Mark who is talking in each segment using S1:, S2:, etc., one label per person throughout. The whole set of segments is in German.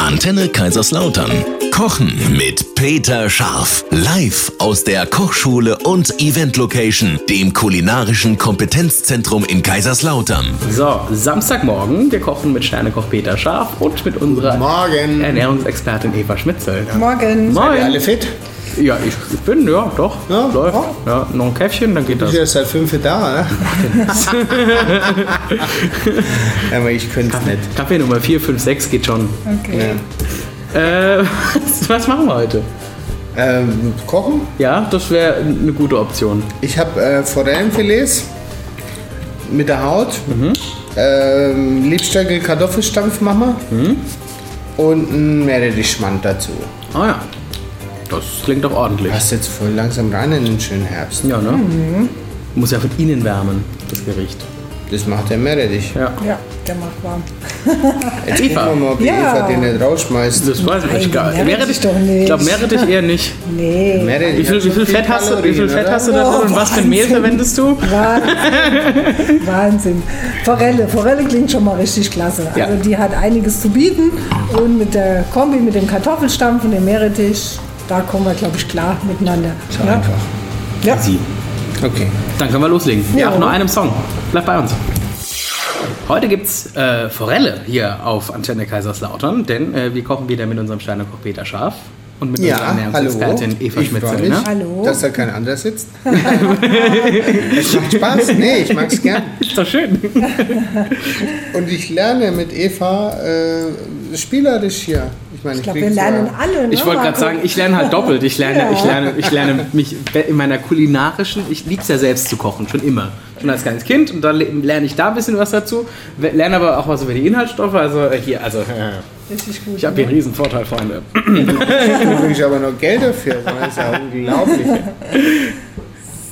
S1: Antenne Kaiserslautern. Kochen mit Peter Scharf. Live aus der Kochschule und Event Location, dem kulinarischen Kompetenzzentrum in Kaiserslautern.
S2: So, Samstagmorgen, wir kochen mit Sternekoch Peter Scharf und mit unserer
S3: Morgen.
S2: Ernährungsexpertin Eva Schmitzel.
S4: Morgen.
S3: Seid ihr alle fit?
S2: Ja, ich bin, ja, doch.
S3: Ja,
S2: läuft.
S3: ja.
S2: Ja, noch ein Käffchen, dann geht
S3: Ihr
S2: das.
S3: seid seit fünf Uhr da, ne? Aber ich könnte es nicht.
S2: Kaffee Nummer 4, 5, 6 geht schon.
S4: Okay.
S2: Äh, was, was machen wir heute?
S3: Ähm, kochen?
S2: Ja, das wäre eine gute Option.
S3: Ich habe äh, Forellenfilets mit der Haut.
S2: Mhm.
S3: Ähm, Liebstöckel Kartoffelstampf machen wir.
S2: Mhm.
S3: Und einen Meerrettichschmand dazu.
S2: Ah ja, das klingt doch ordentlich.
S3: Passt jetzt voll langsam rein in den schönen Herbst.
S2: Ja, ne? Muss ja von innen wärmen, das Gericht.
S3: Das macht der Meerrettich.
S2: Ja.
S4: Ja, der macht warm.
S3: Jetzt
S2: Eva.
S3: gucken wir mal, ob die
S4: Ja.
S3: Eva den nicht rausschmeißt.
S2: Das weiß ich
S4: Nein,
S2: nicht gar nicht.
S4: Meerrettich doch nicht.
S2: Ich glaube, Meerrettich eher nicht.
S4: Nee.
S3: Meerrettich
S2: Wie viel,
S3: hat
S2: wie viel
S3: schon
S2: Fett hast du, wie viel
S3: Kalorien,
S2: Fett
S3: oder?
S2: hast du da drin und was für ein Mehl verwendest du?
S4: Wahnsinn. Wahnsinn. Forelle. Forelle klingt schon mal richtig klasse.
S2: Ja.
S4: Also die hat einiges zu bieten. Und mit der Kombi, mit dem Kartoffelstampf und dem Meerrettich, da kommen wir, glaube ich, klar miteinander.
S3: So einfach.
S4: Ja.
S2: Sie.
S3: Okay.
S2: Dann können wir loslegen. Ja,
S4: Ja.
S2: nach nur einem Song. Bleib bei uns. Heute gibt's äh, Forelle hier auf Antenne Kaiserslautern, denn äh, wir kochen wieder mit unserem Steinerkoch Peter Scharf und mit unserer
S3: Ja, hallo.
S2: Ernährungsexpertin Eva
S3: ich freue
S2: Schmitzel.
S3: mich,
S2: Ne?
S4: Hallo.
S3: dass da kein anderer sitzt. es macht Spaß. Nee, ich mag's gern.
S2: Ist doch schön.
S3: Und ich lerne mit Eva äh, spielerisch hier. Ich meine,
S4: Ich glaube, wir lernen alle. Ne,
S2: Ich wollte gerade
S4: Marco?
S2: sagen, ich lerne halt doppelt. Ich lerne,
S4: Ja.
S2: ich lerne, ich lerne mich be- in meiner kulinarischen, ich liebe es ja selbst zu kochen, schon immer. Schon als kleines Kind und dann le- lerne ich da ein bisschen was dazu, we- lerne aber auch was über die Inhaltsstoffe. Also äh, hier, also
S4: Richtig gut.
S2: ich habe hier einen riesen Vorteil, Freunde.
S3: Da kriege ich aber noch Geld dafür. Das ist ja unglaublich.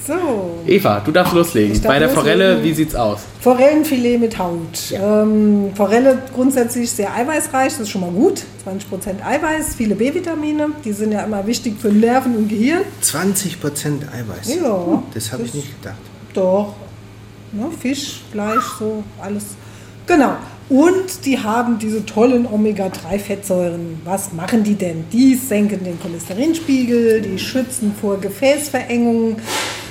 S4: So.
S2: Eva, du darfst loslegen.
S4: Ich darf
S2: Bei der
S4: loslegen.
S2: Forelle, wie sieht's aus?
S4: Forellenfilet mit Haut. Ähm, Forelle grundsätzlich sehr eiweißreich, das ist schon mal gut. 20% Eiweiß, viele B-Vitamine, die sind ja immer wichtig für Nerven und Gehirn.
S3: 20% Eiweiß.
S4: Ja.
S3: Das habe ich nicht gedacht.
S4: Doch. Ne, Fisch, Fleisch, so alles. Genau. Und die haben diese tollen Omega-3-Fettsäuren. Was machen die denn? Die senken den Cholesterinspiegel, die schützen vor Gefäßverengungen,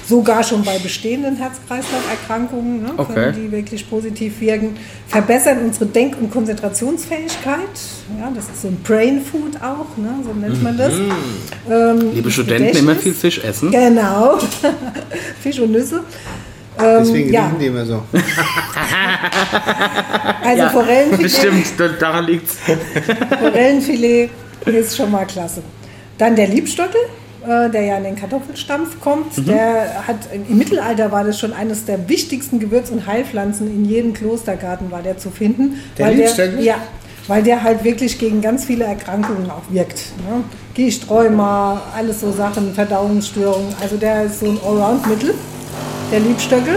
S4: sogar schon bei bestehenden Herz-Kreislauf-Erkrankungen ne,
S2: Okay.
S4: können die wirklich positiv wirken. Verbessern unsere Denk- und Konzentrationsfähigkeit. Ja, das ist so ein Brain Food auch, ne, so nennt man das. Ähm,
S2: Mhm. Liebe Studenten, immer
S4: Gedächtnis.
S2: viel Fisch
S3: Hm?
S2: essen.
S4: Genau. Fisch und Nüsse. Ähm,
S3: Deswegen
S4: ja.
S3: riechen die immer so.
S4: Also Forellenfilet,
S2: Bestimmt, da- daran liegt's.
S4: Forellenfilet ist schon mal klasse. Dann der Liebstöckel, äh, der ja in den Kartoffelstampf kommt.
S3: Mhm.
S4: Der hat im Mittelalter war das schon eines der wichtigsten Gewürz- und Heilpflanzen. In jedem Klostergarten war der zu finden.
S3: Der Liebstöckel?
S4: ja, weil der halt wirklich gegen ganz viele Erkrankungen auch wirkt. Ne? Gichträuma, alles so Sachen, Verdauungsstörungen. Also der ist so ein Allround-Mittel, der Liebstöckel.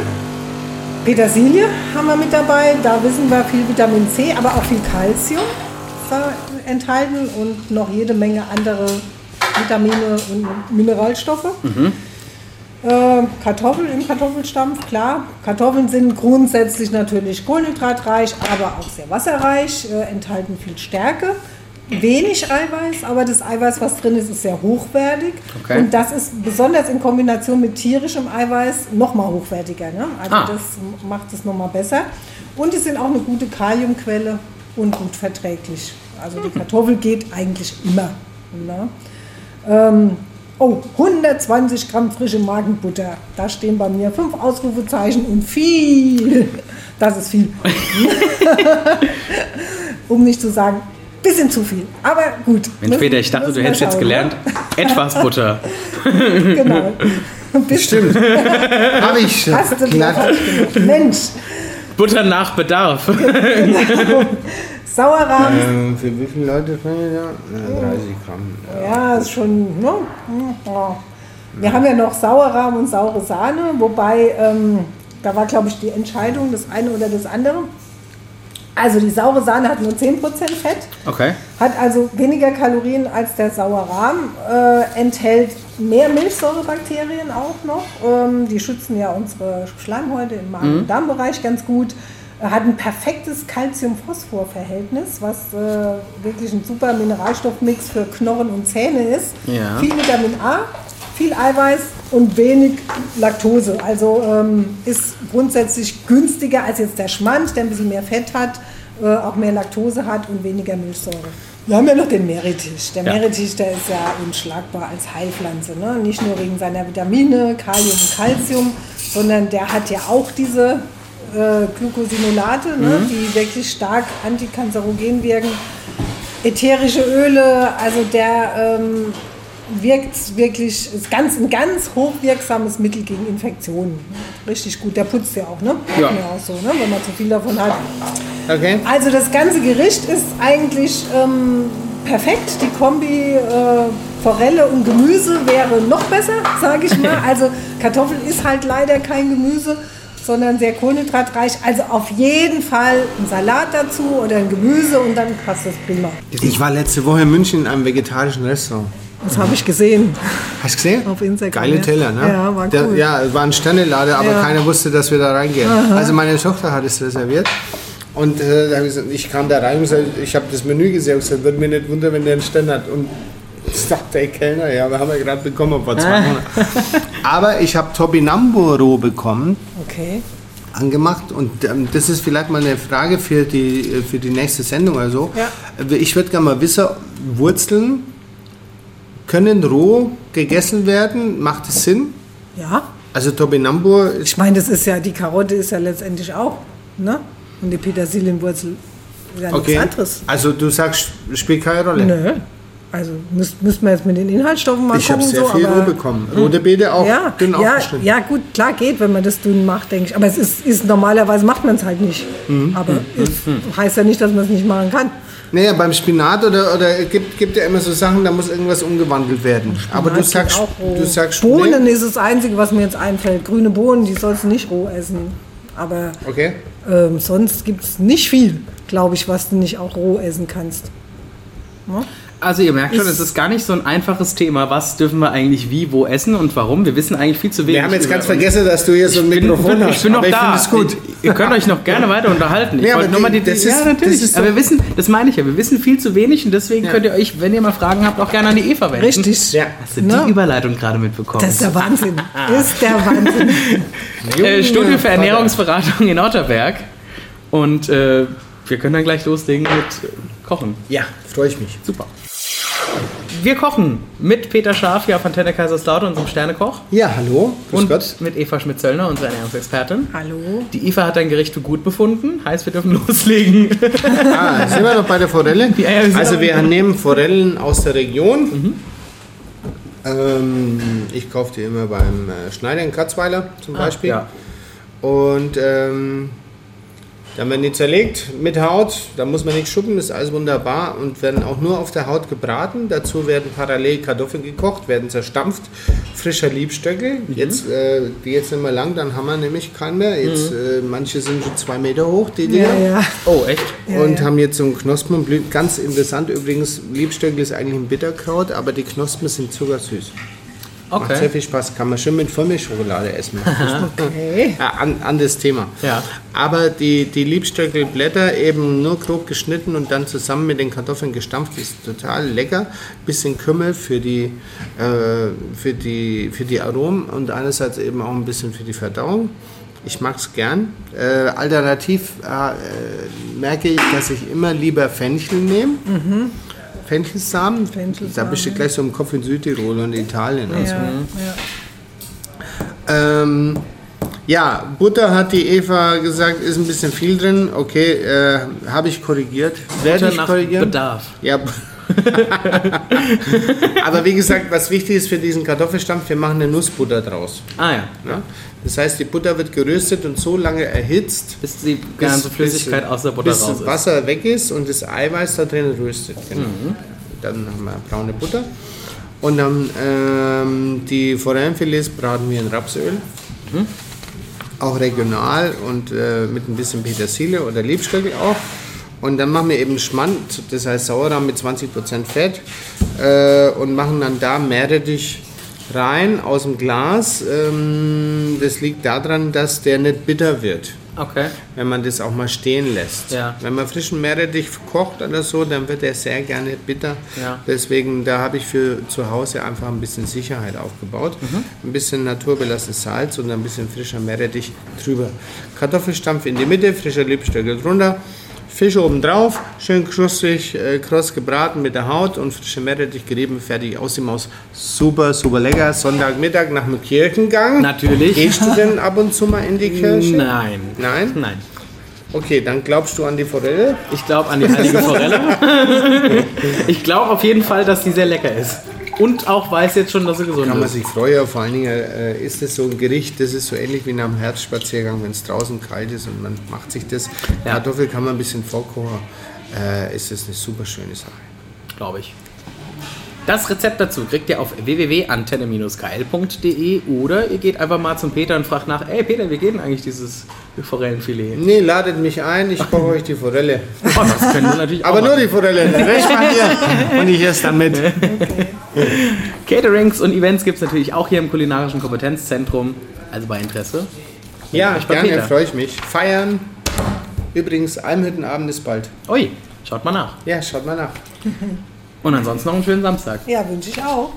S4: Petersilie haben wir mit dabei. Da wissen wir viel Vitamin C, aber auch viel Kalzium ist da enthalten und noch jede Menge andere Vitamine und Mineralstoffe. Äh, Kartoffeln im Kartoffelstampf, klar. Kartoffeln sind grundsätzlich natürlich kohlenhydratreich, aber auch sehr wasserreich, äh, enthalten viel Stärke. Wenig Eiweiß, aber das Eiweiß, was drin ist, ist sehr hochwertig.
S2: Okay.
S4: Und das ist besonders in Kombination mit tierischem Eiweiß nochmal hochwertiger. Ne? Also
S2: Ah.
S4: das macht es nochmal besser. Und die sind auch eine gute Kaliumquelle und gut verträglich. Also
S2: Hm.
S4: die Kartoffel geht eigentlich immer. Ne? Ähm, oh, 120 Gramm frische Magenbutter. Da stehen bei mir fünf Ausrufezeichen und viel. Das ist viel. um nicht zu sagen, bisschen zu viel. Aber gut.
S2: Mensch,
S4: müssen-
S2: Peter, ich dachte,
S4: müssen
S2: du
S4: wir
S2: hättest jetzt
S4: schauen, ne?
S2: gelernt. Etwas Butter.
S4: Genau. Bestimmt.
S3: Habe ich schon.
S4: Hast du
S3: Glatt.
S4: falsch gemacht. Mensch,
S2: Butter nach Bedarf.
S4: Sauerrahm,
S3: Ähm, für wie viele Leute fangen wir da?
S4: Oh.
S3: Na, 30 Gramm.
S4: ja, ist schon, ne? Hm, ja. Wir haben ja noch Sauerrahm und saure Sahne, wobei ähm, da war, glaube ich, die Entscheidung, das eine oder das andere. Also die saure Sahne hat nur 10% Fett.
S2: Okay.
S4: Hat also weniger Kalorien als der Sauerrahm, äh, enthält mehr
S2: Mhm.
S4: Milchsäurebakterien auch noch. Ähm, die schützen ja unsere Schleimhäute im Magen-Darm-Bereich ganz gut. Er Hat ein perfektes Calcium-Phosphor-Verhältnis, was äh, wirklich ein super Mineralstoffmix für Knochen und Zähne ist.
S2: Ja.
S4: Viel Vitamin A, viel Eiweiß und wenig Laktose. Also ähm, ist grundsätzlich günstiger als jetzt der Schmand, der ein bisschen mehr Fett hat, äh, auch mehr Laktose hat und weniger Milchsäure. Wir haben ja noch den Meerrettich. Der
S2: Ja.
S4: Meerrettich, der ist ja unschlagbar als Heilpflanze. Ne? Nicht nur wegen seiner Vitamine, Kalium und Calcium, sondern der hat ja auch diese äh, Glucosinolate, ne? die wirklich stark antikanzerogen wirken. Ätherische Öle, also der ähm, wirkt wirklich, ist ganz, ein ganz hochwirksames Mittel gegen Infektionen. Richtig gut, der putzt ja auch, ne?
S2: Ja.
S4: auch so, ne? wenn man zu viel davon hat.
S3: Okay.
S4: Also das ganze Gericht ist eigentlich ähm, perfekt. Die Kombi äh, Forelle und Gemüse wäre noch besser, sage ich mal. Also Kartoffel ist halt leider kein Gemüse, sondern sehr kohlenhydratreich. Also auf jeden Fall ein Salat dazu oder ein Gemüse und dann passt das prima.
S3: Ich war letzte Woche in München in einem vegetarischen Restaurant.
S4: Das habe ich gesehen.
S3: Hast du gesehen?
S4: Auf Instagram,
S3: Geile
S4: ja.
S3: Teller, ne?
S4: Ja, war
S3: Der,
S4: cool.
S3: ja, es war ein Sternelade, aber
S4: Ja.
S3: keiner wusste, dass wir da reingehen. Also meine Tochter hat es reserviert. Und äh, da hab ich gesagt, ich kam da rein und gesagt, ich habe das Menü gesehen und gesagt, würde mir nicht wundern, wenn der einen Stern hat. Und ich dachte, der Kellner, ja, wir haben ja gerade bekommen vor
S4: Ah.
S3: zwei Monaten. Aber ich habe Topinamburo bekommen
S4: Okay.
S3: angemacht und ähm, das ist vielleicht mal eine Frage für die, äh, für die nächste Sendung oder so.
S4: Ja.
S3: Äh, Ich würde gerne mal wissen, Wurzeln können roh gegessen werden, macht es Sinn?
S4: Ja.
S3: Also Topinambur ist
S4: Ich meine, das ist ja, die Karotte ist ja letztendlich auch, ne? Und die Petersilienwurzel ist ja
S3: okay.
S4: nichts anderes.
S3: Also du sagst, spielt keine Rolle.
S4: Nö. Also müssten müsst wir jetzt mit den Inhaltsstoffen mal
S3: Ich habe
S4: gucken.
S3: sehr
S4: so,
S3: viel
S4: aber hm.
S3: roh bekommen. Rote Beete auch
S4: ja,
S3: dünn
S4: ja,
S3: aufgeschnitten.
S4: ja, gut, klar geht, wenn man das dünn macht, denke ich. Aber es ist, ist normalerweise macht man es halt nicht.
S3: Mhm.
S4: Aber es heißt ja nicht, dass man es nicht machen kann.
S3: Naja, beim Spinat oder, oder gibt, gibt ja immer so Sachen, da muss irgendwas umgewandelt werden. Aber du
S4: Spinat geht
S3: sagst,
S4: auch roh.
S3: du sagst
S4: Bohnen
S3: nee.
S4: ist das Einzige, was mir jetzt einfällt. Grüne Bohnen, die sollst du nicht roh essen. Aber
S3: Okay.
S4: ähm, sonst gibt es nicht viel, glaube ich, was du nicht auch roh essen kannst.
S2: Also ihr merkt schon,
S4: Ist-
S2: es ist gar nicht so ein einfaches Thema. Was dürfen wir eigentlich wie, wo essen und warum? Wir wissen eigentlich viel zu wenig.
S3: Wir haben jetzt
S2: über uns.
S3: ganz vergessen, dass du hier so ein
S2: Ich bin, ich
S3: Mikrofon
S2: bin,
S3: hast.
S2: ich bin noch
S3: aber ich
S2: da.
S3: finde es gut.
S2: Ich- Ihr könnt euch noch gerne weiter unterhalten. Ich
S3: Ja, aber
S2: wollte nur
S3: die-
S2: mal die, die,
S3: das
S2: ja,
S3: ist-
S2: natürlich.
S3: das ist
S2: aber
S3: doch-
S2: wir wissen, das meine ich ja, wir wissen viel zu wenig und deswegen könnt ihr euch, wenn ihr mal Fragen habt, auch gerne an die Eva wenden.
S4: Richtig.
S3: Ja.
S2: Hast du die
S4: Ne?
S2: Überleitung gerade mitbekommen?
S4: Das ist der Wahnsinn. ist der Wahnsinn.
S2: äh, Studio für
S3: Vater.
S2: Ernährungsberatung in Otterberg. Und äh, wir können dann gleich loslegen mit äh, Kochen.
S3: Ja, freue ich mich.
S2: Super. Wir kochen mit Peter Schaf hier auf Antenne Kaiserslautern, unserem Sternekoch.
S3: Ja, hallo. Grüß
S2: und
S3: Gott.
S2: mit Eva Schmidt-Zöllner, unserer Ernährungsexpertin.
S4: Hallo.
S2: Die Eva hat dein Gericht für gut befunden. Heißt, wir dürfen loslegen.
S3: Ah, sind wir noch bei der Forelle?
S2: Ja, ja, wir sind
S3: also
S2: auch-
S3: wir nehmen Forellen aus der Region. Ähm, ich kaufe die immer beim äh, Schneider in Katzweiler zum Beispiel.
S2: ja.
S3: Und ähm, dann werden die zerlegt mit Haut. Da muss man nicht schuppen, ist alles wunderbar. Und werden auch nur auf der Haut gebraten. Dazu werden parallel Kartoffeln gekocht, werden zerstampft. Frischer Liebstöckel.
S4: Mhm.
S3: Jetzt, äh, die jetzt nicht mehr lang, dann haben wir nämlich keine. Jetzt, äh, manche sind schon zwei Meter hoch, die Dinger
S4: Mhm. Ja, ja.
S2: Oh, echt?
S3: und
S4: ja.
S3: haben jetzt so einen Knospen. und Blü- Ganz interessant übrigens, Liebstöckel ist eigentlich ein Bitterkraut, aber die Knospen sind zuckersüß. Macht sehr
S2: Okay.
S3: viel Spaß, kann man schön mit Vollmilchschokolade essen.
S4: Okay.
S3: ja, an, anderes Thema.
S2: Ja.
S3: Aber die, die Liebstöckelblätter eben nur grob geschnitten und dann zusammen mit den Kartoffeln gestampft, ist total lecker. Bisschen Kümmel für die, äh, für die, für die Aromen und einerseits eben auch ein bisschen für die Verdauung. Ich mag es gern. Äh, alternativ äh, äh, merke ich, dass ich immer lieber Fenchel nehme. Fenchelsamen.
S4: Fenchelsamen.
S3: Da bist du gleich so im Kopf in Südtirol und Italien. Also.
S4: Ja, ja.
S3: Ähm, ja, Butter hat die Eva gesagt, ist ein bisschen viel drin. Okay, äh, habe ich korrigiert. Werde
S2: Butter
S3: ich
S2: nach
S3: korrigieren?
S2: Bedarf.
S3: Ja. Aber wie gesagt, was wichtig ist für diesen Kartoffelstampf, wir machen eine Nussbutter draus.
S2: Ah ja.
S3: Ne? Das heißt, die Butter wird geröstet und so lange erhitzt,
S2: Bis die ganze
S3: bis-
S2: Flüssigkeit
S3: bis-
S2: aus der Butter
S3: bis
S2: raus
S3: das
S2: ist.
S3: Wasser weg ist und das Eiweiß da drin röstet. Genau.
S2: Mhm.
S3: Dann haben wir braune Butter. Und dann ähm, die Forellenfilets braten wir in Rapsöl.
S2: Mhm.
S3: Auch regional und äh, mit ein bisschen Petersilie oder Liebstöckel auch. Und dann machen wir eben Schmand, das heißt Sauerrahm mit 20% Fett äh, und machen dann da Meerrettich rein aus dem Glas. Ähm, das liegt daran, dass der nicht bitter wird.
S2: Okay.
S3: wenn man das auch mal stehen lässt.
S2: Ja.
S3: Wenn man frischen Meerrettich kocht oder so, dann wird er sehr gerne bitter.
S2: Ja.
S3: Deswegen, da habe ich für zu Hause einfach ein bisschen Sicherheit aufgebaut.
S2: Mhm.
S3: Ein bisschen naturbelassenes Salz und ein bisschen frischer Meerrettich drüber. Kartoffelstampf in die Mitte, frischer Liebstöckel drunter. Fisch oben drauf, schön krustig, äh, kross gebraten mit der Haut und frische Meerrettich gerieben, fertig aus dem Haus. Super, super lecker. Sonntagmittag nach dem Kirchengang.
S2: Natürlich.
S3: Gehst du denn ab und zu mal in die Kirche?
S2: Nein.
S3: Nein?
S2: Nein.
S3: Okay, dann glaubst du an die Forelle?
S2: Ich glaube an die heilige Forelle. ich glaube auf jeden Fall, dass die sehr lecker ist. Und auch weiß jetzt schon, dass sie gesund
S3: Kann man
S2: ist.
S3: sich freuen. Vor allen Dingen äh, ist es so ein Gericht, das ist so ähnlich wie nach einem Herbstspaziergang, wenn es draußen kalt ist und man macht sich das.
S2: Ja.
S3: Kartoffel kann man ein bisschen vorkochen. Äh, ist das eine super schöne Sache.
S2: glaube ich. Das Rezept dazu kriegt ihr auf www.antenne-kl.de oder ihr geht einfach mal zum Peter und fragt nach, ey Peter, wie geht denn eigentlich dieses Forellenfilet?
S3: Nee, ladet mich ein, ich koche euch die Forelle.
S2: Oh, das können wir natürlich
S3: Aber
S2: auch
S3: nur
S2: machen.
S3: die Forelle, ne? Ich mach hier. Und ich esse damit.
S2: Caterings und Events gibt es natürlich auch hier im Kulinarischen Kompetenzzentrum, also bei Interesse.
S3: Ja,
S2: Ich bin
S3: gerne,
S2: Peter.
S3: freue ich mich. Feiern. Übrigens, Almhüttenabend ist bald.
S2: Ui, schaut mal nach.
S3: Ja, schaut mal nach.
S2: Und ansonsten noch einen schönen Samstag.
S4: Ja, wünsche ich auch.